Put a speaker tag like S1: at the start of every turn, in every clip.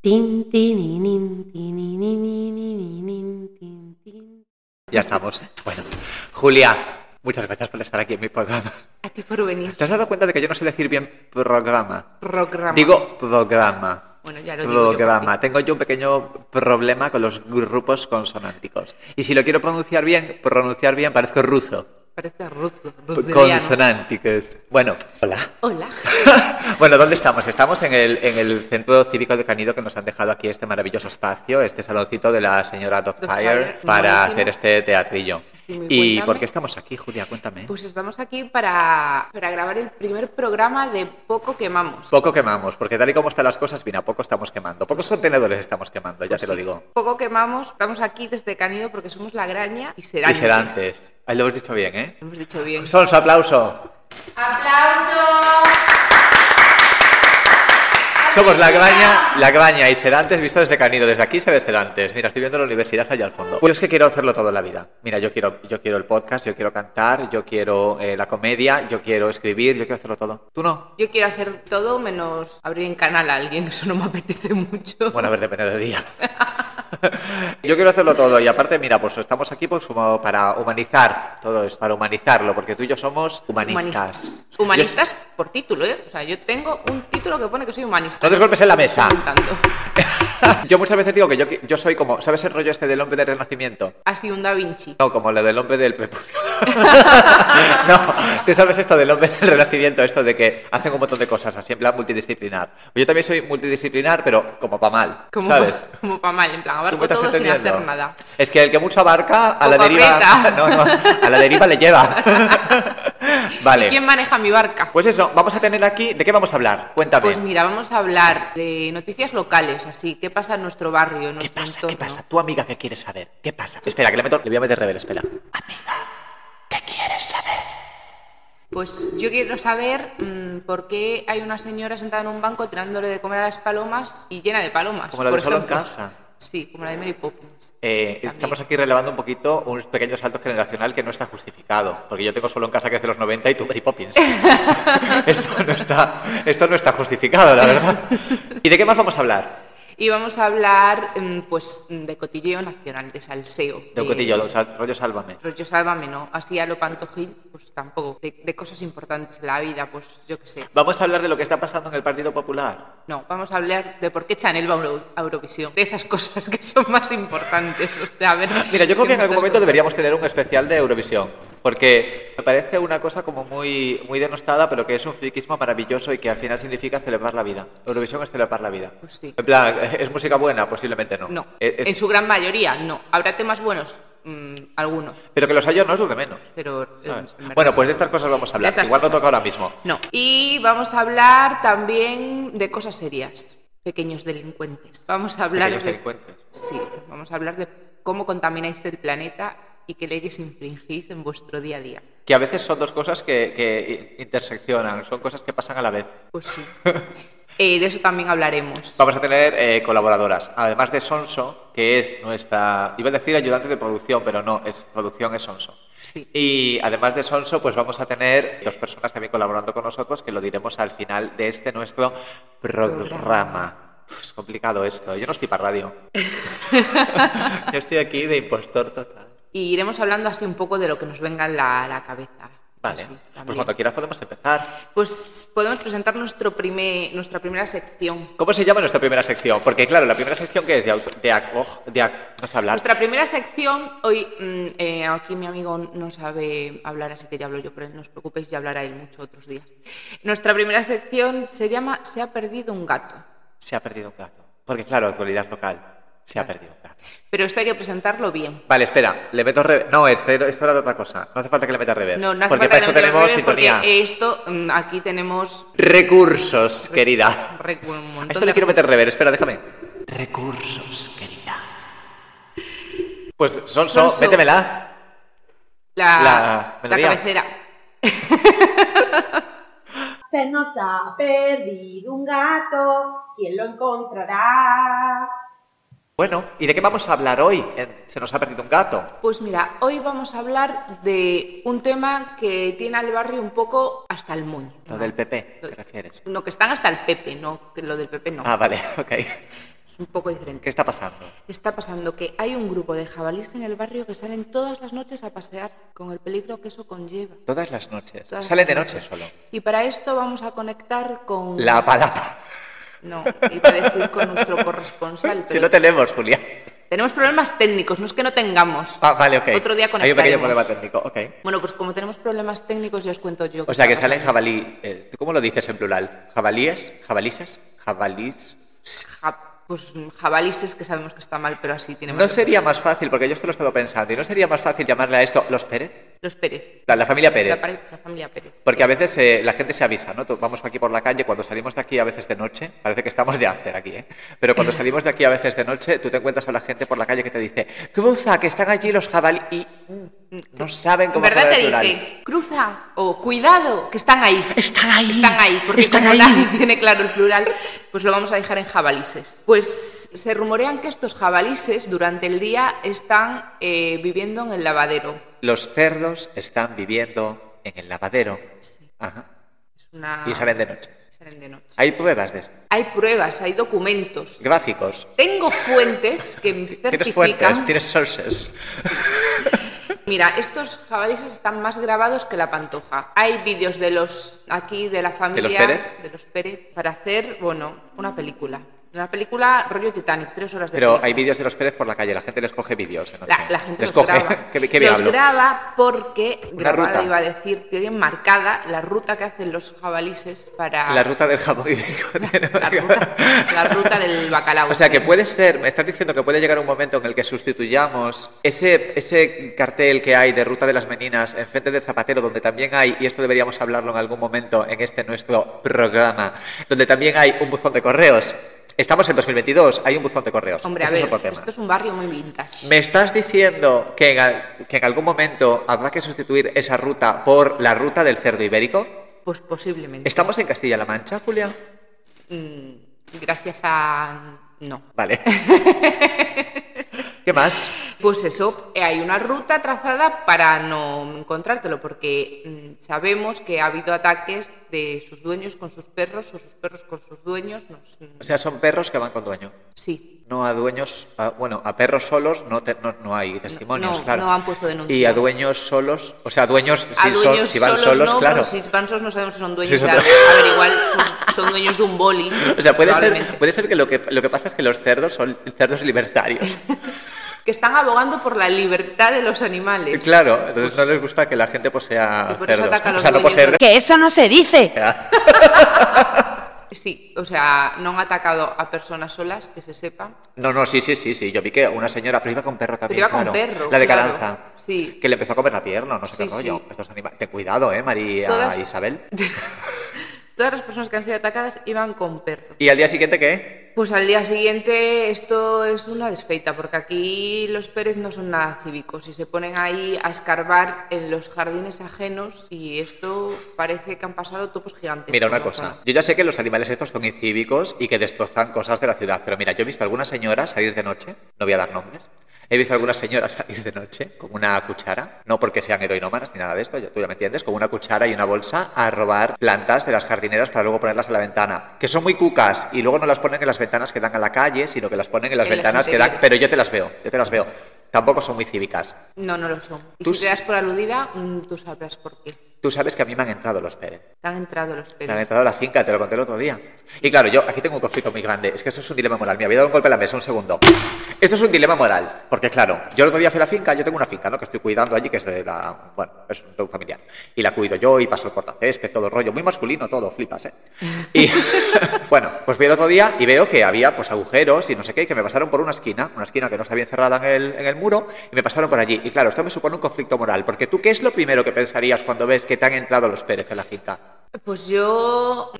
S1: Tin, tininin, tinininin, tin, tin.
S2: Ya estamos. Bueno, Julia, muchas gracias por estar aquí en mi programa.
S1: A ti por venir.
S2: ¿Te has dado cuenta de que yo no sé decir bien programa?
S1: Programa.
S2: Digo programa.
S1: Bueno, ya lo digo yo por
S2: Programa.
S1: ti.
S2: Tengo yo un pequeño problema con los grupos consonánticos. Y si lo quiero pronunciar bien, pronunciar bien parezco ruso.
S1: Parece ruso, rusiliano.
S2: Consonánticos. Bueno, hola.
S1: Hola.
S2: Bueno, ¿dónde estamos? Estamos en el, en el Centro Cívico de Canido que nos han dejado aquí este maravilloso espacio, este saloncito de la señora
S1: Fire,
S2: Dogfire para
S1: buenísimo.
S2: hacer este teatrillo.
S1: Sí, muy
S2: ¿Y
S1: cuéntame.
S2: por qué estamos aquí, Julia? Cuéntame.
S1: Pues estamos aquí para, para grabar el primer programa de Poco Quemamos.
S2: Poco quemamos, porque tal y como están las cosas, bien, a poco estamos quemando. Pocos contenedores estamos quemando, ya
S1: Pues
S2: te lo
S1: sí,
S2: digo.
S1: Poco Quemamos. Estamos aquí desde Canido porque somos La Graña y
S2: Y
S1: Serantes.
S2: sedantes. Ahí lo hemos dicho bien, ¿eh?
S1: Lo Hemos dicho bien.
S2: Son su aplauso.
S3: ¡Aplauso!
S2: Somos la graña, la graña y sedantes visto desde Canido. Desde aquí se ve sedantes. Mira, estoy viendo la universidad allá al fondo. Pues es que quiero hacerlo todo en la vida. Mira, yo quiero, yo quiero el podcast, yo quiero cantar, yo quiero eh, la comedia, yo quiero escribir, yo quiero hacerlo todo. ¿Tú no?
S1: Yo quiero hacer todo menos abrir en canal a alguien, eso no me apetece mucho.
S2: Bueno, a ver, depende del día. Yo quiero hacerlo todo y aparte, mira, pues estamos aquí pues como para humanizar todo esto, para humanizarlo, porque tú y yo somos humanistas.
S1: Humanistas. Humanistas por título, ¿eh? O sea, yo tengo un título que pone que soy humanista.
S2: No des golpes en la mesa.
S1: Tanto.
S2: Yo, yo muchas veces digo que yo, qui- yo soy como, ¿sabes el rollo este del hombre del renacimiento?
S1: Así un Da Vinci.
S2: No, como lo del hombre del prepucio. no, tú sabes esto del hombre del renacimiento, esto de que hacen un montón de cosas, así en plan multidisciplinar. Yo también soy multidisciplinar, pero como para mal,
S1: Como
S2: ¿sabes?
S1: pa- como para mal, en plan,
S2: Tú me
S1: abarco
S2: estás
S1: todo sin
S2: entendiendo.
S1: hacer nada.
S2: Es que el que mucho abarca, a la
S1: Poco
S2: deriva.
S1: aprieta.
S2: No, no, a la deriva le lleva. vale.
S1: ¿Quién maneja mi barca?
S2: Pues eso, vamos a tener aquí. ¿De qué vamos a hablar? Cuéntame.
S1: Pues mira, vamos a hablar de noticias locales, así, qué pasa en nuestro barrio, en
S2: ¿Qué
S1: nuestro
S2: pasa? ¿Qué
S1: entorno.
S2: pasa? Tu amiga, ¿qué quieres saber? ¿Qué pasa? Espera, que le, meto, le voy a meter rebel, espera. Amiga, ¿qué quieres saber?
S1: Pues yo quiero saber mm, por qué hay una señora sentada en un banco tirándole de comer a las palomas y llena de palomas.
S2: Como la
S1: por
S2: de Solo en
S1: ejemplo.
S2: Casa.
S1: Sí, como la de Mary Poppins.
S2: Eh, estamos aquí relevando un poquito un pequeño salto generacional que no está justificado, porque yo tengo solo en casa que es de los 90 y tú Mary Poppins. esto, no está, esto no está justificado, la verdad. ¿Y de qué más vamos a hablar?
S1: Y vamos a hablar mm, pues de cotilleo nacional, de salseo.
S2: De un cotillo, de un sal- rollo sálvame.
S1: Rollo sálvame, no. Así a lo pantojil, pues tampoco. De, de cosas importantes de la vida, pues yo qué sé.
S2: Vamos a hablar de lo que está pasando en el Partido Popular.
S1: No, vamos a hablar de por qué Chanel va a Euro- a Eurovisión. De esas cosas que son más importantes. O sea, a ver,
S2: Mira, yo creo que en algún
S1: muchas
S2: momento
S1: cosas.
S2: deberíamos tener un especial de Eurovisión, porque me parece una cosa como muy, muy denostada, pero que es un friquismo maravilloso y que al final significa celebrar la vida. Eurovisión es celebrar la vida.
S1: Pues sí.
S2: En plan, ¿es música buena? Posiblemente no.
S1: No,
S2: Es- es-
S1: en su gran mayoría no. Habrá temas buenos, mm, algunos,
S2: Pero que los haya no es lo de menos.
S1: pero... eh,
S2: ¿sabes?
S1: en verdad
S2: Bueno, pues
S1: sí.
S2: de estas cosas vamos a
S1: De
S2: hablar.
S1: estas
S2: Igual no
S1: cosas.
S2: toca ahora mismo.
S1: No. Y vamos a hablar también de cosas serias, pequeños delincuentes. Vamos a hablar
S2: Pequeños
S1: de...
S2: delincuentes.
S1: Sí, vamos a hablar de cómo contamináis el planeta y qué leyes infringís en vuestro día a día.
S2: Que a veces son dos cosas que, que interseccionan, son cosas que pasan a la vez.
S1: Pues sí. Eh, de eso también hablaremos.
S2: Vamos a tener eh, colaboradoras, además de Sonso, que es nuestra, iba a decir ayudante de producción, pero no, es producción es Sonso.
S1: Sí.
S2: Y además de Sonso, pues vamos a tener dos personas también colaborando con nosotros, que lo diremos al final de este nuestro programa. Uf, es complicado esto, ¿eh? yo no estoy para radio. yo estoy aquí de impostor total.
S1: Y iremos hablando así un poco de lo que nos venga a la, a la cabeza.
S2: Vale,
S1: Así,
S2: pues
S1: también.
S2: cuando quieras podemos empezar.
S1: Pues podemos presentar nuestro primer, nuestra primera sección.
S2: ¿Cómo se llama nuestra primera sección? Porque claro, la primera sección que es de, auto- de, ac- oh, de ac- no sé hablar.
S1: Nuestra primera sección, hoy mm, eh, aquí mi amigo no sabe hablar, así que ya hablo yo por él, no os preocupéis, ya hablará él mucho otros días. Nuestra primera sección se llama Se ha perdido un gato,
S2: Se ha perdido un gato. Porque claro, actualidad local. Se ha perdido un gato.
S1: pero esto hay que presentarlo bien.
S2: Vale, espera, le meto rever. No, esto, era- esto era de otra cosa. No hace falta que le meta rever.
S1: No, no hace
S2: porque
S1: falta
S2: para
S1: que
S2: esto
S1: lo
S2: tenemos
S1: mires
S2: sintonía.
S1: Porque esto, mm, aquí tenemos
S2: Recursos, querida.
S1: re- un
S2: A
S1: montón
S2: esto
S1: de-
S2: le quiero meter rever, espera, déjame. Recursos, querida. Pues Sonso,
S1: Sonso.
S2: métemela.
S1: la,
S2: la
S1: la
S2: melodía.
S1: cabecera.
S3: Se nos ha perdido un gato, ¿quién lo encontrará?
S2: Bueno, ¿y de qué vamos a hablar hoy? en Se nos ha perdido un gato.
S1: Pues mira, hoy vamos a hablar de un tema que tiene al barrio un poco hasta el moño.
S2: Lo del PP, ¿te refieres?
S1: No, que están hasta el Pepe, no, que lo del Pepe no.
S2: Ah, vale, ok.
S1: Es un poco diferente.
S2: ¿Qué está pasando?
S1: Está pasando que hay un grupo de jabalíes en el barrio que salen todas las noches a pasear con el peligro que eso conlleva.
S2: Todas las noches.
S1: Todas
S2: Salen de
S1: las
S2: noche
S1: noches.
S2: solo.
S1: Y para esto vamos a conectar con...
S2: La palapa.
S1: No, iba a decir con nuestro corresponsal.
S2: Si
S1: pero
S2: no tenemos, Julia.
S1: Tenemos problemas técnicos, no es que no tengamos.
S2: Ah, vale, ok.
S1: Otro día
S2: Hay un pequeño
S1: conectaremos.
S2: problema técnico, ok.
S1: Bueno, pues como tenemos problemas técnicos, ya os cuento yo.
S2: O
S1: qué
S2: sea que
S1: está
S2: salen
S1: pasando.
S2: jabalí. eh, ¿tú ¿Cómo lo dices en plural? ¿Jabalíes? ¿Jabalisas? ¿Jabalís?
S1: Ja- pues mm, jabalises, que sabemos que está mal, pero así tiene
S2: ¿No
S1: más-
S2: sería más fácil, porque yo esto lo he estado pensando, y no sería más fácil llamarle a esto los Pérez?
S1: Los Pérez.
S2: La, la familia Pérez.
S1: La, pare- la familia Pérez.
S2: Porque a veces eh, la gente se avisa, ¿no? Tú- Vamos aquí por la calle, cuando salimos de aquí a veces de noche, parece que estamos de after aquí, ¿eh? Pero cuando salimos de aquí a veces de noche, tú te encuentras a la gente por la calle que te dice, cruza, que están allí los jabalí y mm, no saben
S1: En
S2: cómo
S1: verdad
S2: poner
S1: te
S2: el plural.
S1: dice, cruza o cuidado, que están ahí.
S2: Están ahí.
S1: Están ahí, porque
S2: Están
S1: como
S2: ahí.
S1: nadie tiene claro el plural, pues lo vamos a dejar en jabalises. Pues se rumorean que estos jabalises durante el día están eh, viviendo en el lavadero.
S2: Los cerdos están viviendo en el lavadero. Ajá.
S1: Es una...
S2: Y salen de noche.
S1: Salen de noche.
S2: Hay pruebas de esto.
S1: Hay pruebas, hay documentos.
S2: Gráficos.
S1: Tengo fuentes que me
S2: Tienes fuentes,
S1: certifican.
S2: tienes sources.
S1: Mira, estos jabalíes están más grabados que la pantoja. Hay vídeos de los aquí de la familia
S2: Pérez?
S1: de los Pérez, para hacer, bueno, una película. Una película rollo Titanic, tres horas de
S2: Pero
S1: película.
S2: hay vídeos de los Pérez por la calle, la gente les coge vídeos. ¿eh? No
S1: La,
S2: sé.
S1: la gente
S2: les
S1: los
S2: coge.
S1: graba.
S2: qué, qué bien
S1: los
S2: hablo.
S1: graba porque
S2: Una
S1: grabada
S2: ruta.
S1: iba a decir, tienen marcada la ruta que hacen los jabalises para
S2: La ruta del jamón ibérico.
S1: la ruta, la ruta del bacalao.
S2: O sea que
S1: Sí.
S2: puede ser, me estás diciendo que puede llegar un momento en el que sustituyamos ese, ese cartel que hay de Ruta de las Meninas enfrente del Zapatero, donde también hay, y esto deberíamos hablarlo en algún momento en este nuestro programa, donde también hay un buzón de correos. Estamos en 2022, hay un buzón de correos.
S1: Hombre, a
S2: Ese
S1: ver,
S2: es otro tema.
S1: esto es un barrio muy vintage.
S2: ¿Me estás diciendo que en, al- que en algún momento habrá que sustituir esa ruta por la ruta del cerdo ibérico?
S1: Pues posiblemente.
S2: ¿Estamos en Castilla-La Mancha, Julia?
S1: Mm, gracias a... No.
S2: Vale. ¿Qué más?
S1: Pues eso, eh, hay una ruta trazada para no encontrártelo, porque mm, sabemos que ha habido ataques de sus dueños con sus perros o sus perros con sus dueños. no sé.
S2: O sea, son perros que van con dueño.
S1: sí,
S2: No a dueños, a- bueno, a perros solos no, te- no, no hay testimonios,
S1: no,
S2: claro.
S1: no han puesto denuncia.
S2: Y a dueños solos, o sea, dueños,
S1: a
S2: si, son-
S1: Ah, dueños
S2: si van
S1: solos,
S2: solos,
S1: no, pues
S2: claro.
S1: pero si van solos no sabemos si son dueños
S2: Sí, son
S1: de algo.
S2: dueños.
S1: A ver, igual pues, son dueños de un boli.
S2: O sea, puede ser,
S1: probablemente.
S2: puede ser que, lo que lo que pasa es que los cerdos son cerdos libertarios.
S1: Que están abogando por la libertad de los animales.
S2: Claro, entonces no les gusta que la gente posea
S1: Y por eso
S2: cerdos.
S1: ataca a
S2: O
S1: los
S2: sea, no
S1: dueños
S2: poseer
S1: de-
S4: Que eso no se dice.
S1: Sí, o sea, no han atacado a personas solas, que se sepa.
S2: No, no, sí, sí, sí, sí. Yo vi que una señora, pero iba con perro también.
S1: iba con
S2: claro.
S1: perro,
S2: La de
S1: claro.
S2: Caranza.
S1: Sí.
S2: Que le empezó a comer la pierna, no sé qué
S1: Sí,
S2: rollo.
S1: sí.
S2: Estos anima- Ten cuidado, ¿eh, María
S1: Todas-
S2: Isabel?
S1: Todas las personas que han sido atacadas iban con perro.
S2: ¿Y al día siguiente qué?
S1: Pues al día siguiente esto es una desfeita, porque aquí los Pérez no son nada cívicos y se ponen ahí a escarbar en los jardines ajenos y esto parece que han pasado topos gigantes.
S2: Mira,
S1: por
S2: una
S1: la
S2: cosa.
S1: zona.
S2: Yo ya sé que los animales estos son incívicos y que destrozan cosas de la ciudad, pero mira, yo he visto algunas señoras salir de noche, no voy a dar nombres. He visto algunas señoras salir de noche con una cuchara, no porque sean heroinómanas ni nada de esto, ya- tú ya me entiendes, con una cuchara y una bolsa a robar plantas de las jardineras para luego ponerlas en la ventana. Que son muy cucas y luego no las ponen en las ventanas que dan a la calle, sino que las ponen en las
S1: En las
S2: ventanas que dan.
S1: interiores.
S2: Pero yo te las veo, yo te las veo. Tampoco son muy cívicas.
S1: No, no lo son. Y
S2: Tú
S1: si te
S2: s-
S1: das por aludida, mm, tú sabrás por qué.
S2: Tú sabes que a mí me han entrado los Pérez.
S1: Te han entrado los
S2: Me han
S1: Pérez.
S2: entrado a la finca, te lo conté el otro día. Y claro, yo aquí tengo un conflicto muy grande. Es que eso es un dilema moral. Mira, voy a dar un golpe a la mesa, un segundo. Esto es un dilema moral. Porque claro, yo el otro día fui a la finca, yo tengo una finca, ¿no? Que estoy cuidando allí, que es de la... Bueno, es de un familiar. Y la cuido yo y paso el cortacésped, todo el rollo. Muy masculino todo, flipas, ¿eh? Y bueno, pues fui el otro día y veo que había pues agujeros y no sé qué, y que me pasaron por una esquina, una esquina que no está bien cerrada en el, en el muro, y me pasaron por allí. Y claro, esto me supone un conflicto moral. Porque tú, ¿qué es lo primero que pensarías cuando ves que te han entrado los Pérez en la finca?
S1: Pues yo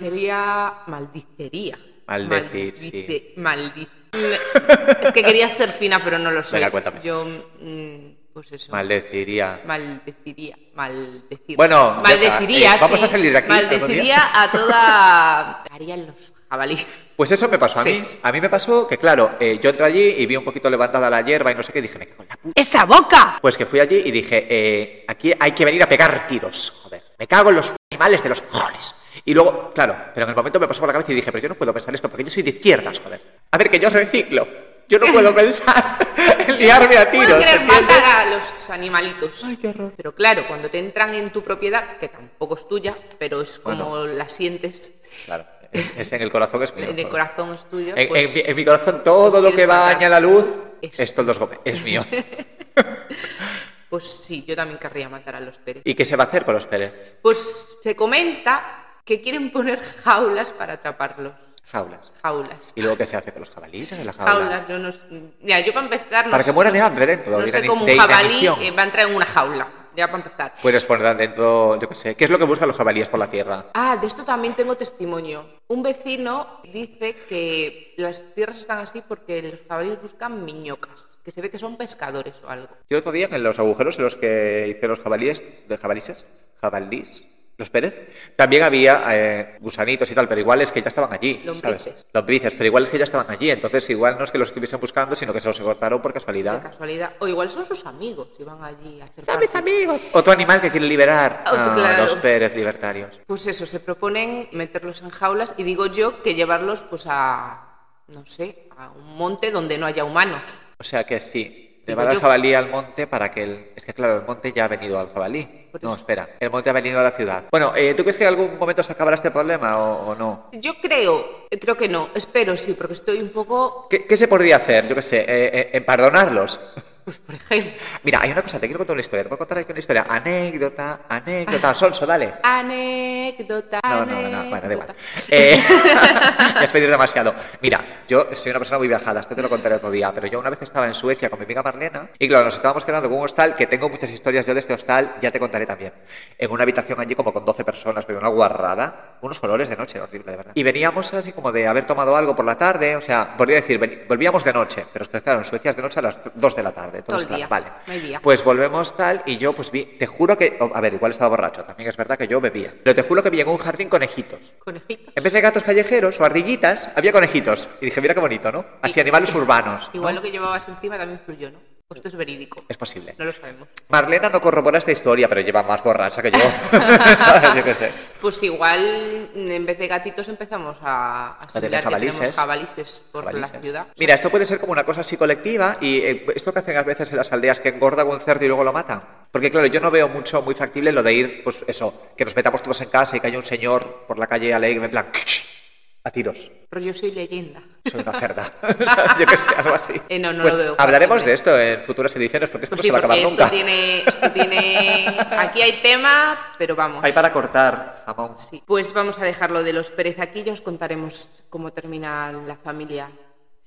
S1: maldicería... Maldicería.
S2: Maldecir,
S1: Maldice- maldi- es que quería ser fina, pero no lo soy.
S2: Venga, cuéntame.
S1: Yo, mm, pues eso.
S2: Maldeciría.
S1: Maldeciría, maldecir.
S2: Bueno, ya
S1: maldeciría,
S2: está. Eh, vamos
S1: sí.
S2: a salir de aquí algún día.
S1: Maldeciría a toda. Harían los jabalíes.
S2: Pues eso me pasó a mí.
S1: Sí.
S2: A mí me pasó que, claro, eh, yo entré allí y vi un poquito levantada la hierba y no sé qué, y dije, me cago en la puta.
S4: Esa boca.
S2: Pues que fui allí y dije, eh, aquí hay que venir a pegar tiros, joder. Me cago en los animales de los cojones. Y luego, claro, pero en el momento me pasó por la cabeza y dije, pero yo no puedo pensar esto porque yo soy de izquierdas, joder. A ver, que yo reciclo. Yo no puedo pensar en liarme a
S1: Puedo
S2: tiros.
S1: querer
S2: ¿entiendes?
S1: matar a los animalitos.
S2: Ay, qué horror.
S1: Pero claro, cuando te entran en tu propiedad, que tampoco es tuya, pero es como
S2: Bueno.
S1: la sientes,
S2: Claro, es en el corazón que es mío.
S1: en el
S2: todo.
S1: corazón es tuyo.
S2: En,
S1: pues-
S2: en mi, en mi corazón todo
S1: pues
S2: lo que
S1: quieres matar.
S2: baña la luz,
S1: Es-
S2: esto es, Gómez, es mío.
S1: Pues sí, yo también querría matar a los Pérez.
S2: ¿Y qué se va a hacer con los Pérez?
S1: Pues se comenta que quieren poner jaulas para atraparlos.
S2: Jaulas.
S1: Jaulas.
S2: ¿Y luego qué se hace con los jabalíes en la jaula?
S1: Jaulas, yo no. s- Mira, yo para empezar. no
S2: Para que
S1: sé-
S2: mueran de hambre dentro.
S1: No
S2: de
S1: sé
S2: inani-
S1: cómo
S2: de
S1: un jabalí
S2: inanición.
S1: eh, va a entrar en una jaula. Ya para empezar.
S2: Puedes poner dentro, yo qué sé. ¿Qué es lo que buscan los jabalíes por la tierra?
S1: Ah, de esto también tengo testimonio. Un vecino dice que las tierras están así porque los jabalíes buscan miñocas, que se ve que son pescadores o algo.
S2: Yo el otro día en los agujeros en los que hice los jabalíes, de jabalises, jabalís, los Pérez, también había eh, gusanitos y tal, pero igual es que ya estaban allí,
S1: Lombrices.
S2: ¿sabes? Lombrices, pero igual es que ya estaban allí, entonces igual no es que los estuviesen buscando, sino que se los encontraron por
S1: De
S2: casualidad.
S1: casualidad. O igual son sus amigos y van allí a hacer
S2: ¿Sabes,
S1: parte.
S2: amigos? Otro animal que quiere liberar.
S1: Otro,
S2: Ah,
S1: claro.
S2: Los Pérez libertarios.
S1: Pues eso, se proponen meterlos en jaulas y digo yo que llevarlos pues a, no sé, a un monte donde no haya humanos.
S2: O sea que sí,
S1: Digo
S2: llevar al
S1: pues yo.
S2: jabalí al monte para que el... Es que claro, el monte ya ha venido al jabalí.
S1: Por
S2: No,
S1: eso.
S2: espera, el monte ha venido a la ciudad. Bueno, eh, ¿tú crees que en algún momento se acabará este problema o, o no?
S1: Yo creo, eh, creo que no, espero sí, porque estoy un poco,
S2: ¿Qué, qué se podría hacer? Yo qué sé, eh, eh, eh, perdonarlos.
S1: pues por ejemplo,
S2: Mira, hay una cosa, te quiero contar una historia, te voy a contar aquí una historia. Anécdota, anécdota, Sonso, dale.
S1: anécdota,
S2: No, no, no, bueno, da igual.
S1: Ah, anécdota.
S2: Eh, me has pedido demasiado. Mira, yo soy una persona muy viajada, esto te lo contaré otro día, pero yo una vez estaba en Suecia con mi amiga Marlena y claro, nos estábamos quedando con un hostal que tengo muchas historias yo de este hostal, ya te contaré también. En una habitación allí como con 12 personas, pero una guarrada, unos olores de noche, horrible, de verdad. Y veníamos así como de haber tomado algo por la tarde, o sea, podría decir, ven- volvíamos de noche, pero es que claro, en Suecia es de noche a las 2 de la tarde,
S1: Todo el
S2: entonces claro,
S1: día,
S2: vale.
S1: no hay día.
S2: Pues volvemos tal y yo pues vi, te juro que, o- a ver, igual estaba borracho, también es verdad que yo bebía, pero te juro que vi en un jardín conejitos.
S1: Conejitos.
S2: En vez de gatos callejeros o ardillitas, había conejitos. Y dije, mira qué bonito, ¿no? Así
S1: Y-
S2: animales urbanos. ¿no?
S1: Igual lo que llevabas encima también influyó, ¿no? Pues esto es verídico.
S2: Es posible.
S1: No lo sabemos.
S2: Marlena no corrobora esta historia, pero lleva más borracha que yo. yo qué sé.
S1: Pues igual en vez de gatitos empezamos a a
S2: tener
S1: asimilar que tenemos
S2: jabalises.
S1: jabalises por la
S2: Valises.
S1: ciudad.
S2: Mira, esto puede ser como una cosa así colectiva y eh, esto que hacen a veces en las aldeas que engordan un cerdo y luego lo matan. Porque claro, yo no veo mucho muy factible lo de ir, pues eso, que nos metamos todos en casa y que haya un señor por la calle alegre en plan a tiros.
S1: Pero yo soy leyenda.
S2: Soy una cerda. ¿Sabes? yo que sé, algo así.
S1: Eh, no, no
S2: pues
S1: lo veo
S2: hablaremos
S1: factible.
S2: de esto en futuras ediciones porque esto
S1: Pues
S2: no se
S1: sí,
S2: va a acabar
S1: porque
S2: nunca.
S1: esto tiene, esto tiene. Aquí hay tema, pero vamos.
S2: Hay para cortar, jamón.
S1: Sí. Pues vamos a dejarlo de los Pérez aquí, ya os contaremos cómo termina la familia,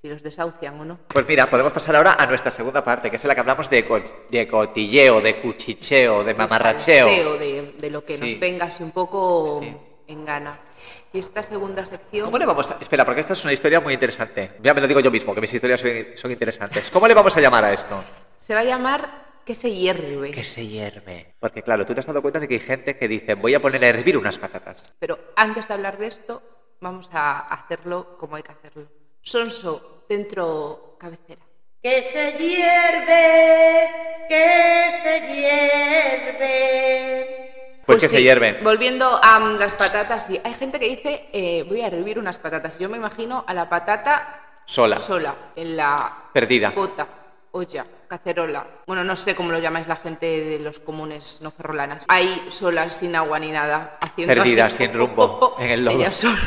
S1: si los desahucian o no.
S2: Pues mira, podemos pasar ahora a nuestra segunda parte, que es en la que hablamos de, co- de cotilleo, de cuchicheo, de mamarracheo.
S1: De salseo, De, de lo que
S2: Sí.
S1: nos venga así un poco
S2: Sí.
S1: en gana. Y esta segunda sección.
S2: ¿Cómo le vamos a...? Espera, porque esta es una historia muy interesante. Ya me lo digo yo mismo, que mis historias son, son interesantes. ¿Cómo le vamos a llamar a esto?
S1: Se va a llamar que se hierve.
S2: Que se hierve. Porque claro, tú te has dado cuenta de que hay gente que dice, voy a poner a hervir unas patatas.
S1: Pero antes de hablar de esto, vamos a hacerlo como hay que hacerlo. Sonso, dentro cabecera.
S5: Que se hierve, que se hierve.
S2: Pues, que se
S1: sí,
S2: hierve.
S1: Volviendo a mm, las patatas, sí. Hay gente que dice, eh, voy a hervir unas patatas. Yo me imagino a la patata
S2: Sola. Pues-
S1: sola, en la
S2: Perdida.
S1: pota, olla, cacerola. Bueno, no sé cómo lo llamáis la gente de los comunes no ferrolanas. Ahí sola, sin agua ni nada, haciendo
S2: Perdida,
S1: así,
S2: sin
S1: po, po,
S2: rumbo,
S1: po, po,
S2: en el lodo.
S1: Ella sola,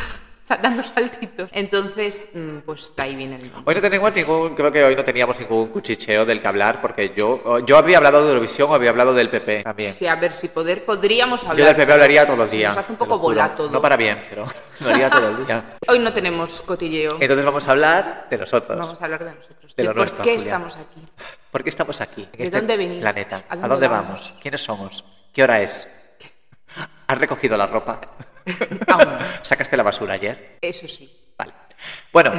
S1: o sea, dando saltitos. Entonces, mm, pues de ahí viene el nombre.
S2: Hoy no tenemos ningún, creo que hoy no teníamos ningún cuchicheo del que hablar, porque yo, yo habría hablado de Eurovisión, habría hablado del PP también.
S1: Sí, a ver si poder podríamos hablar.
S2: Yo del PP hablaría todos los
S1: Se
S2: días.
S1: Nos hace un
S2: te lo
S1: poco
S2: juro.
S1: bola todo.
S2: No para bien, pero lo haría todo el día.
S1: Hoy no tenemos cotilleo.
S2: Entonces vamos a hablar de nosotros.
S1: Vamos a hablar de nosotros.
S2: De
S1: De,
S2: lo
S1: por
S2: nuestro,
S1: qué
S2: Julia.
S1: estamos aquí.
S2: ¿Por qué estamos aquí? en este
S1: ¿De dónde venimos?
S2: Planeta.
S1: ¿A
S2: ¿A
S1: dónde
S2: dónde,
S1: vamos?
S2: vamos? ¿Quiénes somos? ¿Qué hora es? ¿Has recogido la ropa?
S1: Aún.
S2: ¿Sacaste la basura ayer?
S1: Eso sí.
S2: Vale. Bueno,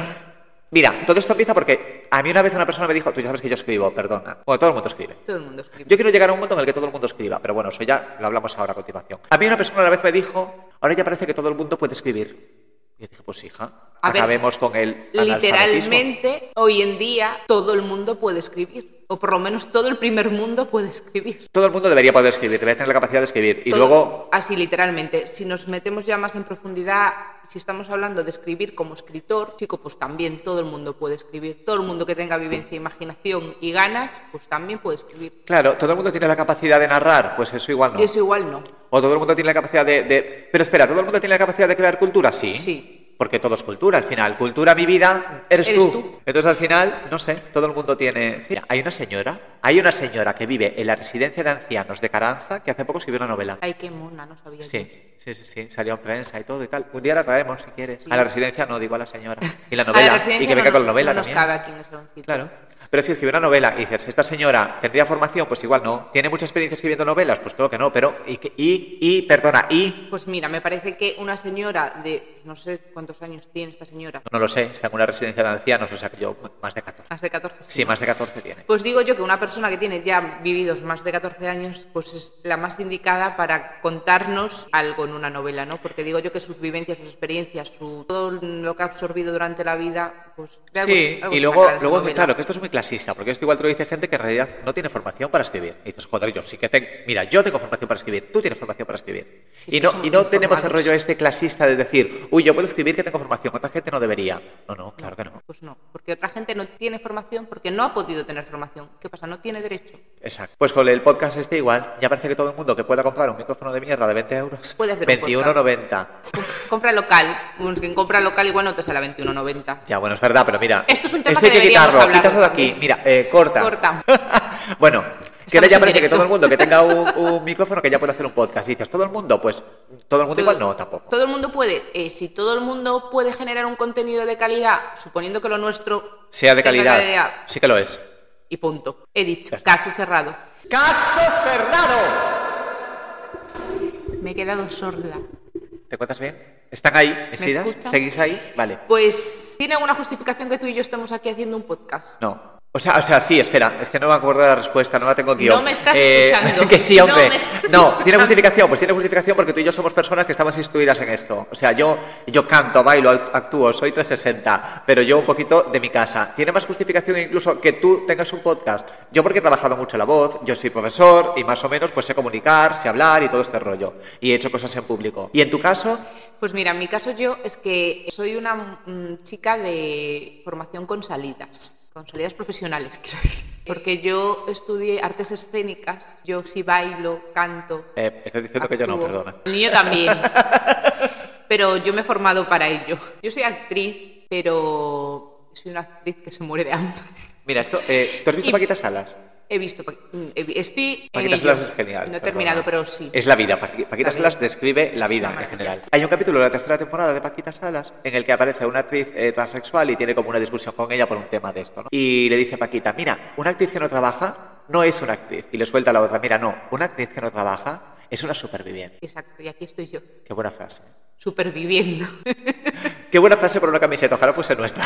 S2: mira, todo esto empieza porque a mí una vez una persona me dijo, tú ya sabes que yo escribo, perdona. Bueno, todo el mundo escribe.
S1: Todo el mundo escribe.
S2: Yo quiero llegar a un punto en el que todo el mundo escriba, pero bueno, eso ya lo hablamos ahora a continuación. A mí una persona una vez me dijo, ahora ya parece que todo el mundo puede escribir. Y yo dije, pues hija,
S1: A ver,
S2: acabemos con el analfabetismo.
S1: Literalmente, hoy en día, todo el mundo puede escribir. O por lo menos todo el primer mundo puede escribir.
S2: Todo el mundo debería poder escribir, debería tener la capacidad de escribir. Y
S1: Todo-
S2: luego,
S1: Así, literalmente. Si nos metemos ya más en profundidad, si estamos hablando de escribir como escritor, chico, pues también todo el mundo puede escribir. Todo el mundo que tenga vivencia, imaginación y ganas, pues también puede escribir.
S2: Claro, todo el mundo tiene la capacidad de narrar, pues eso igual no.
S1: Y eso igual no.
S2: O todo el mundo tiene la capacidad de, de- Pero espera, ¿todo el mundo tiene la capacidad de crear cultura? Sí.
S1: Sí.
S2: Porque todo es cultura al final. Cultura, mi vida, eres,
S1: Eres
S2: tú.
S1: tú.
S2: Entonces al final, no sé, todo el mundo tiene... Mira, hay una señora, hay una señora que vive en la residencia de ancianos de Caranza que hace poco escribió una novela.
S1: Ay, qué mona, no sabía yo eso.
S2: Sí, sí, sí, sí, salió en prensa y todo y tal. Un día la traemos si quieres.
S1: Sí.
S2: A la residencia no, digo a la señora. Y la
S1: A la
S2: novela. y
S1: residencia
S2: que
S1: no
S2: venga con la
S1: nos-
S2: novela
S1: no nos
S2: también.
S1: cabe aquí en el saloncito.
S2: Claro. Pero si escribe una novela y dices, ¿esta señora tendría formación? Pues igual no. ¿Tiene mucha experiencia escribiendo novelas? Pues creo que no, pero... Y, que- y, y perdona, y...
S1: Pues mira, me parece que una señora de, pues no sé cuántos años tiene esta señora,
S2: No lo sé, está en una residencia de ancianos, o sea que yo más de 14.
S1: más de 14.
S2: Sí, más de 14 tiene.
S1: Ah, Pues digo yo que una persona que tiene ya vividos más de 14 años, pues es la más indicada para contarnos algo en una novela, ¿no? Porque digo yo que sus vivencias, sus experiencias, su, todo lo que ha absorbido durante la vida, pues de algo
S2: Sí,
S1: se- algo
S2: y
S1: se
S2: luego,
S1: sacará de esa
S2: luego
S1: novela.
S2: claro, que esto es muy clasista, porque esto igual te lo dice gente que en realidad no tiene formación para escribir. Y dices, joder, yo sí que tengo, mira, yo tengo formación para escribir, tú tienes formación para escribir.
S1: Sí, es
S2: y
S1: que
S2: no,
S1: somos
S2: y no
S1: muy
S2: tenemos el
S1: formados.
S2: rollo este clasista de decir, uy, yo puedo escribir que tengo formación, otra gente no debería. No, no, claro que no.
S1: Pues no, porque otra gente no tiene formación porque no ha podido tener formación. ¿Qué pasa? No tiene derecho.
S2: Exacto. Pues con el podcast este igual, ya parece que todo el mundo que pueda comprar un micrófono de mierda de 20 euros,
S1: Puede hacer un
S2: 21,90.
S1: Com- Compra local. Bueno, es que en compra local igual no te sale a 21,90.
S2: Ya, bueno, es verdad, pero mira.
S1: Esto es un tema
S2: esto hay
S1: que deberíamos
S2: quitarlo,
S1: hablarlo
S2: quitarlo de aquí.
S1: también.
S2: Mira, eh, corta.
S1: Corta.
S2: bueno, que ahora
S1: Estamos
S2: ya
S1: en
S2: parece que
S1: directo.
S2: todo el mundo que tenga un, un micrófono que ya puede hacer un podcast. Y dices, todo el mundo, pues todo el mundo igual no, tampoco.
S1: Todo el mundo puede, eh, si todo el mundo puede generar un contenido de calidad, suponiendo que lo nuestro
S2: sea de
S1: tenga
S2: calidad. Sí que lo es.
S1: Y punto. He dicho,
S2: Ya está.
S1: caso cerrado.
S2: ¡Caso cerrado!
S1: Me he quedado sorda.
S2: ¿Te cuentas bien? ¿Están ahí? ¿Escritas?
S1: escuchan?
S2: ¿Seguís ahí? Vale.
S1: Pues, ¿tiene alguna justificación que tú y yo estemos aquí haciendo un podcast?
S2: No. O sea, o sea, sí, espera, es que no me acuerdo de la respuesta, no la tengo aquí.
S1: No me estás escuchando.
S2: Que sí,
S1: No
S2: hombre.
S1: me estás
S2: No, tiene
S1: escuchando.
S2: justificación, pues tiene justificación porque tú y yo somos personas que estamos instruidas en esto. O sea, yo, yo canto, bailo, act- actúo, soy 360, pero yo un poquito de mi casa. Tiene más justificación incluso que tú tengas un podcast. Yo porque he trabajado mucho la voz, yo soy profesor y más o menos pues sé comunicar, sé hablar y todo este rollo. Y he hecho cosas en público. Y en tu caso,
S1: Pues mira, en mi caso yo es que soy una mm, chica de formación con salidas, con salidas profesionales, quiero decir. Porque yo estudié artes escénicas, yo sí bailo, canto,
S2: eh, estás diciendo que yo no,
S1: Actúo.
S2: perdona.
S1: Ni yo también. pero yo me he formado para ello. Yo soy actriz, pero soy una actriz que se muere de hambre.
S2: Mira, esto, eh, ¿tú has visto
S1: Y-
S2: Paquita Salas?
S1: He visto. pa- mm, he vi- Estoy. en
S2: Paquita
S1: ello.
S2: Salas es genial.
S1: Eh, No he
S2: perdona.
S1: terminado, pero sí.
S2: Es la vida. Paqui-
S1: La
S2: Paquita
S1: vida.
S2: Salas describe la
S1: Es una
S2: vida en
S1: maravilla.
S2: general. Hay un capítulo de la tercera temporada de Paquita Salas en el que aparece una actriz eh, transexual y tiene como una discusión con ella por un tema de esto. ¿no? Y le dice Paquita, mira, una actriz que no trabaja no es una actriz. Y le suelta la otra, mira, no, una actriz que no trabaja es una superviviente.
S1: Exacto, y aquí estoy yo,
S2: Qué buena frase.
S1: superviviendo.
S2: Qué buena frase por una camiseta, ojalá fuese nuestra.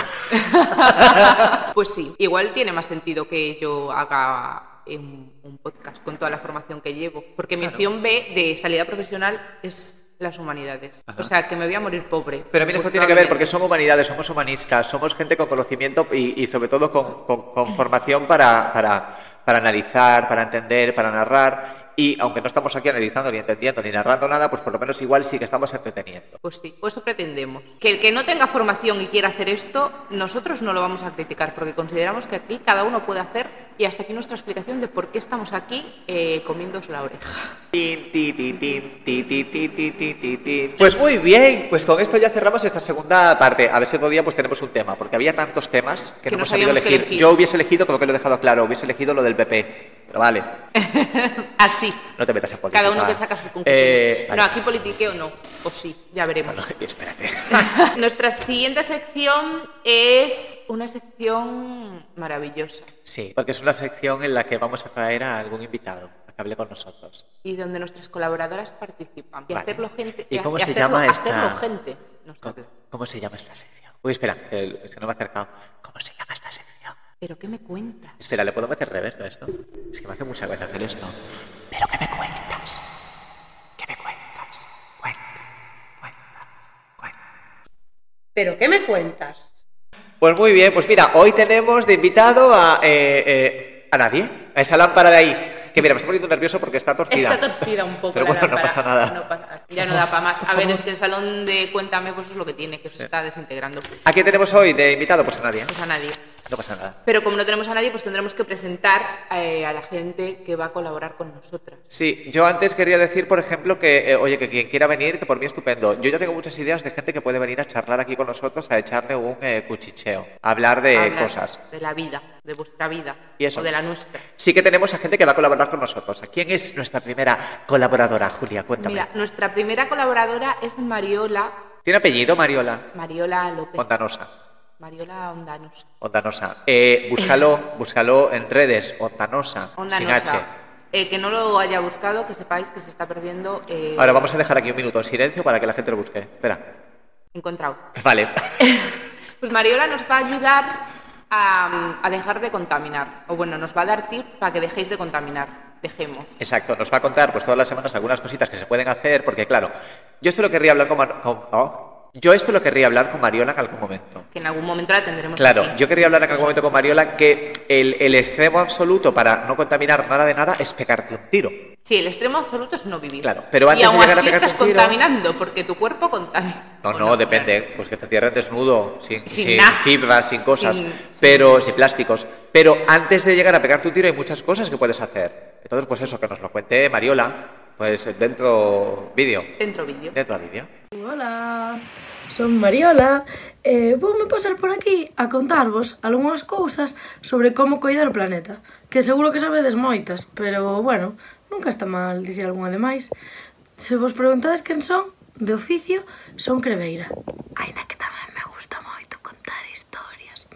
S1: pues sí, igual tiene más sentido que yo haga eh, un, un podcast con toda la formación que llevo. Porque mi opción B de salida profesional es las humanidades. O sea, que me voy a morir pobre.
S2: Pero mira,
S1: Pues
S2: esto tiene que ver porque
S1: probablemente.
S2: somos humanidades, somos humanistas, somos gente con conocimiento y, y sobre todo con, con- con formación para, para, para analizar, para entender, para narrar. Y aunque no estamos aquí analizando, ni entendiendo, ni narrando nada, pues por lo menos igual sí que estamos entreteniendo.
S1: Pues sí, pues eso pretendemos. Que el que no tenga formación y quiera hacer esto, nosotros no lo vamos a criticar, porque consideramos que aquí cada uno puede hacer, y hasta aquí nuestra explicación de por qué estamos aquí eh, comiéndos la oreja.
S2: Tin, ti, ti, tin, ti, ti, ti, ti, ti, ti, ti. Pues muy bien, pues con esto ya cerramos esta segunda parte. A ver si otro día pues tenemos un tema, porque había tantos temas
S1: Que
S2: que, no
S1: no
S2: hemos sabido
S1: sabíamos qué
S2: elegir.
S1: elegir.
S2: Yo hubiese elegido, como que lo he dejado claro, hubiese elegido lo del PP. Pero vale,
S1: Así,
S2: no te metas a política.
S1: cada uno que saca sus conclusiones.
S2: Eh, vale.
S1: No, aquí politiqueo no, o sí, ya veremos.
S2: Bueno, espérate.
S1: Nuestra siguiente sección es una sección maravillosa
S2: Sí, porque es una sección en la que vamos a traer a algún invitado a que hable con nosotros.
S1: y donde nuestras colaboradoras participan. Y
S2: Vale.
S1: hacerlo gente.
S2: ¿Y cómo se
S1: hacerlo-
S2: llama esta?
S1: Hacerlo gente. nos
S2: ¿Cómo,
S1: habla.
S2: cómo se llama esta sección? Uy, espera, el- se nos me ha acercado. ¿Cómo se llama esta sección?
S1: Pero ¿qué me cuentas?
S2: Espera, ¿le puedo meter reverso a esto? Es que me hace mucha gracia hacer esto. Pero ¿qué me cuentas? ¿Qué me cuentas? Cuenta, cuenta, cuenta.
S5: ¿Pero qué me cuentas?
S2: Pues muy bien, pues mira, hoy tenemos de invitado a... eh, eh, a nadie, a esa lámpara de ahí. que mira, me estoy poniendo nervioso porque está torcida.
S1: Está torcida un poco.
S2: Pero
S1: la
S2: bueno, no
S1: lámpara.
S2: pasa nada.
S1: No pasa- ya no da para más. A ver, es que el salón de Cuéntame pues es lo que tiene, que se está desintegrando.
S2: ¿A quién tenemos hoy de invitado? Pues a nadie.
S1: Pues a nadie.
S2: No pasa nada.
S1: Pero como no tenemos a nadie, pues tendremos que presentar eh, a la gente que va a colaborar con nosotras.
S2: Sí, yo antes quería decir, por ejemplo, que, eh, oye, que quien quiera venir, que por mí estupendo. Yo ya tengo muchas ideas de gente que puede venir a charlar aquí con nosotros, a echarle un eh, cuchicheo, a hablar de
S1: Hablar
S2: Eh, cosas.
S1: De la vida, de vuestra vida.
S2: Y eso.
S1: O de la nuestra.
S2: Sí que tenemos a gente que va a colaborar con nosotros. ¿A ¿Quién es nuestra primera colaboradora, Julia? Cuéntame.
S1: Mira, nuestra primera colaboradora es Mariola,
S2: ¿Tiene apellido, Mariola?
S1: Mariola López.
S2: Ondanosa.
S1: Mariola Ondanos.
S2: Ondanosa. Eh, búscalo, búscalo en redes, Ondanosa, sin H.
S1: Ondanosa. Eh, que no lo haya buscado, que sepáis que se está perdiendo. eh,
S2: Ahora vamos a dejar aquí un minuto en silencio para que la gente lo busque. Espera.
S1: Encontrado.
S2: Vale.
S1: Pues Mariola nos va a ayudar a, a dejar de contaminar. O bueno, nos va a dar tip para que dejéis de contaminar. Dejemos.
S2: Exacto, nos va a contar pues todas las semanas algunas cositas que se pueden hacer, porque claro, yo esto lo querría hablar con, Mar- con- oh, yo esto lo querría hablar con Mariola en algún momento.
S1: Que en algún momento la tendremos
S2: Claro,
S1: aquí.
S2: yo quería hablar en algún momento con Mariola que el, el extremo absoluto para no contaminar nada de nada es pegarte un tiro.
S1: Sí, el extremo absoluto es no vivir.
S2: Claro, pero
S1: y
S2: antes de
S1: aún
S2: llegar a
S1: así
S2: pegarte
S1: estás
S2: un tiro-
S1: contaminando, porque tu cuerpo contamina.
S2: No,
S1: O
S2: no, depende, pues que te cierren desnudo, sin,
S1: Sin
S2: sin
S1: nada.
S2: fibras, sin cosas,
S1: Sin-
S2: pero sin plásticos. Pero antes de llegar a pegarte un tiro hay muchas cosas que puedes hacer. Entonces, pues eso, que nos lo cuente Mariola, pues dentro vídeo.
S1: Dentro vídeo.
S2: Dentro vídeo.
S6: Hola, son Mariola e voume pasar por aquí a contarvos algunhas cousas sobre como cuidar o planeta, que seguro que sabedes moitas, pero bueno, nunca está mal dicir algunha de máis. Se vos preguntades quen son, de oficio, son creveira. Aina que tamén me gusta moito contar historias.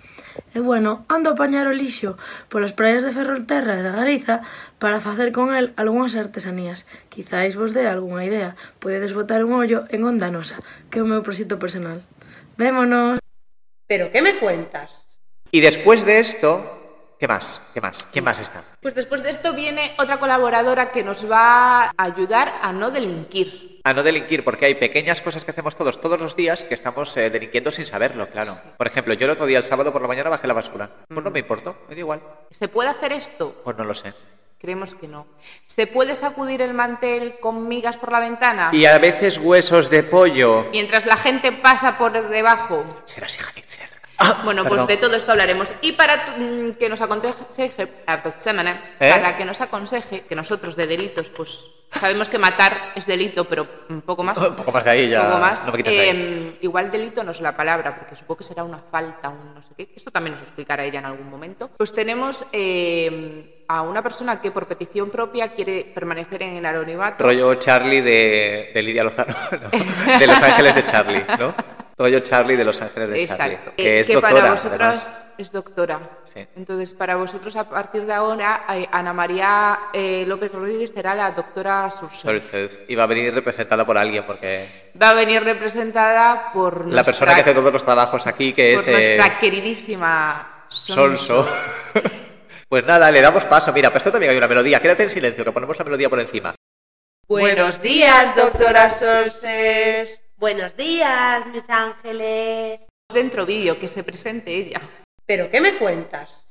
S6: E bueno, ando a apañar o lixo polas praias de Ferrolterra e da Gariza para facer con el algunhas artesanías. Quizáis vos dé algunha idea. Podedes botar un ollo en Onda Nosa, que é o meu proxecto personal. Vémonos!
S5: ¿Pero qué me cuentas?
S2: Y después de esto, ¿qué más? ¿Qué más? ¿Quién más está?
S1: Pues después de esto viene otra colaboradora que nos va a ayudar a no delinquir.
S2: A no delinquir, porque hay pequeñas cosas que hacemos todos, todos los días, que estamos eh, delinquiendo sin saberlo, claro. Por ejemplo, yo el otro día, el sábado por la mañana, bajé la basura. Pues no me importó, me da igual.
S1: ¿Se puede hacer esto?
S2: Pues no lo sé.
S1: Creemos que no. ¿Se puede sacudir el mantel con migas por la ventana?
S2: Y a veces huesos de pollo.
S1: Mientras la gente pasa por debajo.
S2: Serás hija de cerda.
S1: Bueno,
S2: Ah, perdón.
S1: pues de todo esto hablaremos. Y para t- mm, que nos aconseje, ah, pues, semana,
S2: ¿Eh?
S1: para que nos aconseje, que nosotros de delitos, pues sabemos que matar es delito, pero un poco más.
S2: Un poco más de ahí ya.
S1: poco más.
S2: No me quites de ahí.
S1: Eh, igual delito no es la palabra, porque supongo que será una falta, un no sé qué. Esto también nos lo explicará ella en algún momento. Pues tenemos eh, a una persona que por petición propia quiere permanecer en el anonimato.
S2: Rollo Charlie de, de Lidia Lozano, ¿no? de Los Ángeles de Charlie, ¿no? Rollo Charlie de Los Ángeles de Charlie.
S1: Exacto.
S2: Que
S1: Eh,
S2: es doctora,
S1: para vosotras
S2: además.
S1: es doctora.
S2: Sí.
S1: Entonces, para vosotros a partir de ahora, eh, Ana María eh, López Rodríguez será la doctora Sursol.
S2: Entonces, iba a venir representada por alguien, porque
S1: Va a venir representada por
S2: La persona que hace todos los trabajos aquí, que
S1: por
S2: es eh,
S1: nuestra queridísima Sonso.
S2: Solso. Pues nada, le damos paso. Mira, pero esto también hay una melodía. Quédate en silencio, que ponemos la melodía por encima.
S5: Buenos días, doctora Sorses.
S7: Pues, Buenos días, mis ángeles.
S1: Dentro vídeo, que se presente ella.
S5: ¿Pero qué me cuentas?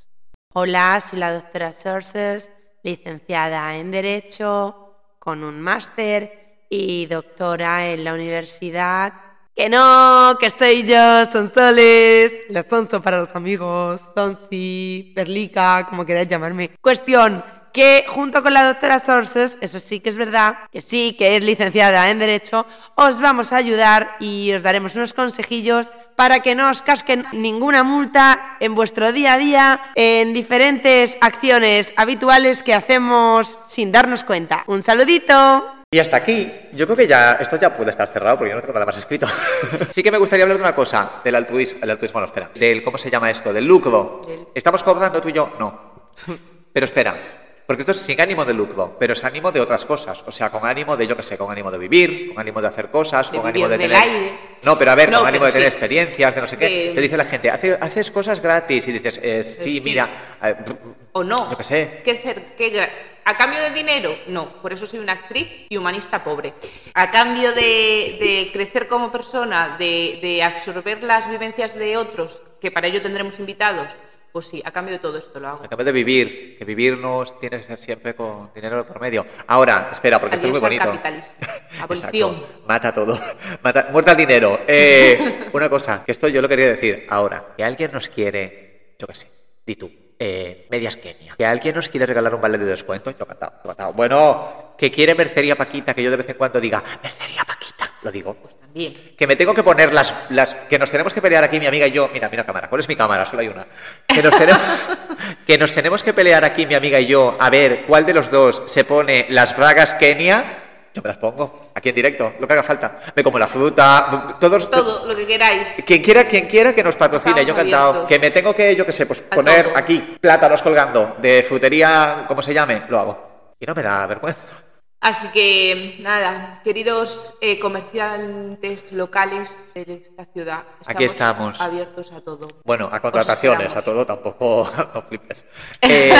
S7: Hola, soy la doctora Sorces, licenciada en Derecho, con un máster y doctora en la universidad. ¡Que no! ¡Que soy yo! ¡Sonsoles! La Sonso para los amigos, Sonsi, Perlica, como queráis llamarme. Cuestión, que junto con la doctora Sorces, eso sí que es verdad, que sí que es licenciada en Derecho, os vamos a ayudar y os daremos unos consejillos para que no os casquen ninguna multa en vuestro día a día, en diferentes acciones habituales que hacemos sin darnos cuenta. ¡Un saludito!
S2: Y hasta aquí, yo creo que ya esto ya puede estar cerrado porque yo no tengo nada más escrito. sí que me gustaría hablar de una cosa, del altruismo, el altruismo, no, espera, del cómo se llama esto, del lucro.
S1: Del-
S2: ¿Estamos cobrando tú y yo? No. Pero espera, porque esto es sin ánimo de lucro, pero es ánimo de otras cosas, o sea, con ánimo de yo que sé, con ánimo de vivir, con ánimo de hacer cosas,
S1: De
S2: con
S1: vivir
S2: ánimo de
S1: del
S2: tener
S1: aire.
S2: No, pero a ver,
S1: No,
S2: con ánimo
S1: pero
S2: de tener
S1: sí.
S2: experiencias, de no sé qué.
S1: Eh,
S2: Te dice la gente, "Hace- haces cosas gratis y dices, eh, sí,
S1: sí.
S2: mira, eh,
S1: ¿O no?
S2: Yo qué sé.
S1: ¿Qué ser? qué gra- ¿A cambio de dinero? No, por eso soy una actriz y humanista pobre. ¿A cambio de, de crecer como persona, de, de absorber las vivencias de otros, que para ello tendremos invitados? Pues sí, a cambio de todo esto lo hago.
S2: Acabé de vivir, que vivir no tiene que ser siempre con dinero de por medio. Ahora, espera, porque esto es
S1: Adiós
S2: muy
S1: al
S2: bonito.
S1: capitalismo. Abolición.
S2: Exacto. Mata todo. Mata, muerta el dinero. Eh, una cosa, que esto yo lo quería decir ahora. Que alguien nos quiere, yo qué sé, di tú, eh, medias Kenia. Que alguien nos quiere regalar un vale de descuento, yo cantado, yo cantado. Bueno, que quiere mercería Paquita, que yo de vez en cuando diga, mercería Paquita, lo digo.
S1: Pues también.
S2: Que me tengo que poner las, las. Que nos tenemos que pelear aquí, mi amiga y yo. Mira, mira cámara. ¿Cuál es mi cámara? Solo hay una. Que nos, tenemos, que nos tenemos que pelear aquí, mi amiga y yo, a ver cuál de los dos se pone las bragas Kenia. Yo me las pongo aquí en directo, lo que haga falta. Me como la fruta, todos.
S1: Todo lo que queráis.
S2: Quien quiera, quien quiera que nos patrocine,
S1: Estamos
S2: yo encantado.
S1: abiertos.
S2: Que me tengo que, yo qué sé, pues
S1: A
S2: poner
S1: todo.
S2: aquí plátanos colgando de frutería, como se llame, lo hago. Y no me da vergüenza.
S1: Así que nada, queridos eh, comerciantes locales de esta ciudad,
S2: Aquí estamos.
S1: abiertos a todo.
S2: Bueno, a
S1: Os
S2: contrataciones,
S1: Pues esperamos.
S2: a todo tampoco, no flipes. Eh,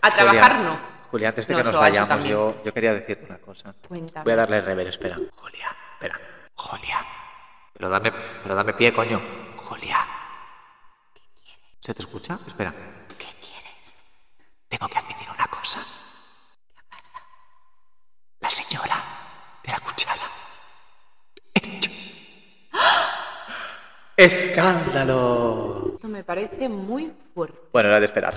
S1: A trabajar
S2: Julia,
S1: no.
S2: Julia, antes de
S1: No,
S2: que nos
S1: eso- eso
S2: vayamos,
S1: también.
S2: yo, yo quería decirte una cosa.
S1: Cuéntame.
S2: Voy a darle rever, espera. Julia, espera. Julia. Pero dame, pero dame pie, coño. Julia. ¿Se te escucha? Espera. ¿Qué quieres? Tengo que admitir una cosa. ¿Qué pasa? La señora de la cuchara.
S1: ¡Ah!
S2: ¡Escándalo!
S1: Esto me parece muy fuerte.
S2: Bueno, era de esperar.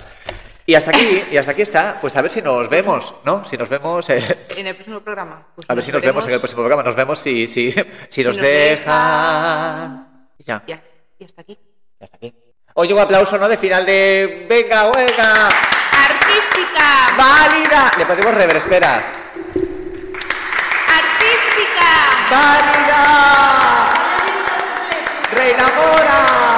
S2: Y hasta aquí, y hasta aquí está. Pues a ver si nos vemos, ¿no? Si nos vemos, eh,
S1: En el próximo programa. pues
S2: a ver si nos vemos en el
S1: veremos.
S2: próximo programa. Nos vemos si, si, si, nos,
S1: nos
S2: dejan. Y Ya.
S1: Ya, y hasta aquí.
S2: Y Hasta aquí. Oye, un aplauso, ¿no? De final de. ¡Venga, venga!
S1: ¡Artística!
S2: ¡Válida! Le podemos rever, espera.
S1: ¡Artística!
S2: ¡Válida! ¡Reina Mora!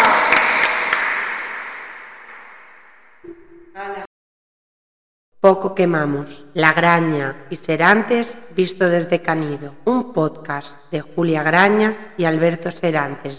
S7: Poco quemamos, La Graña y Serantes visto desde Canido, un podcast de Julia Graña y Alberto Serantes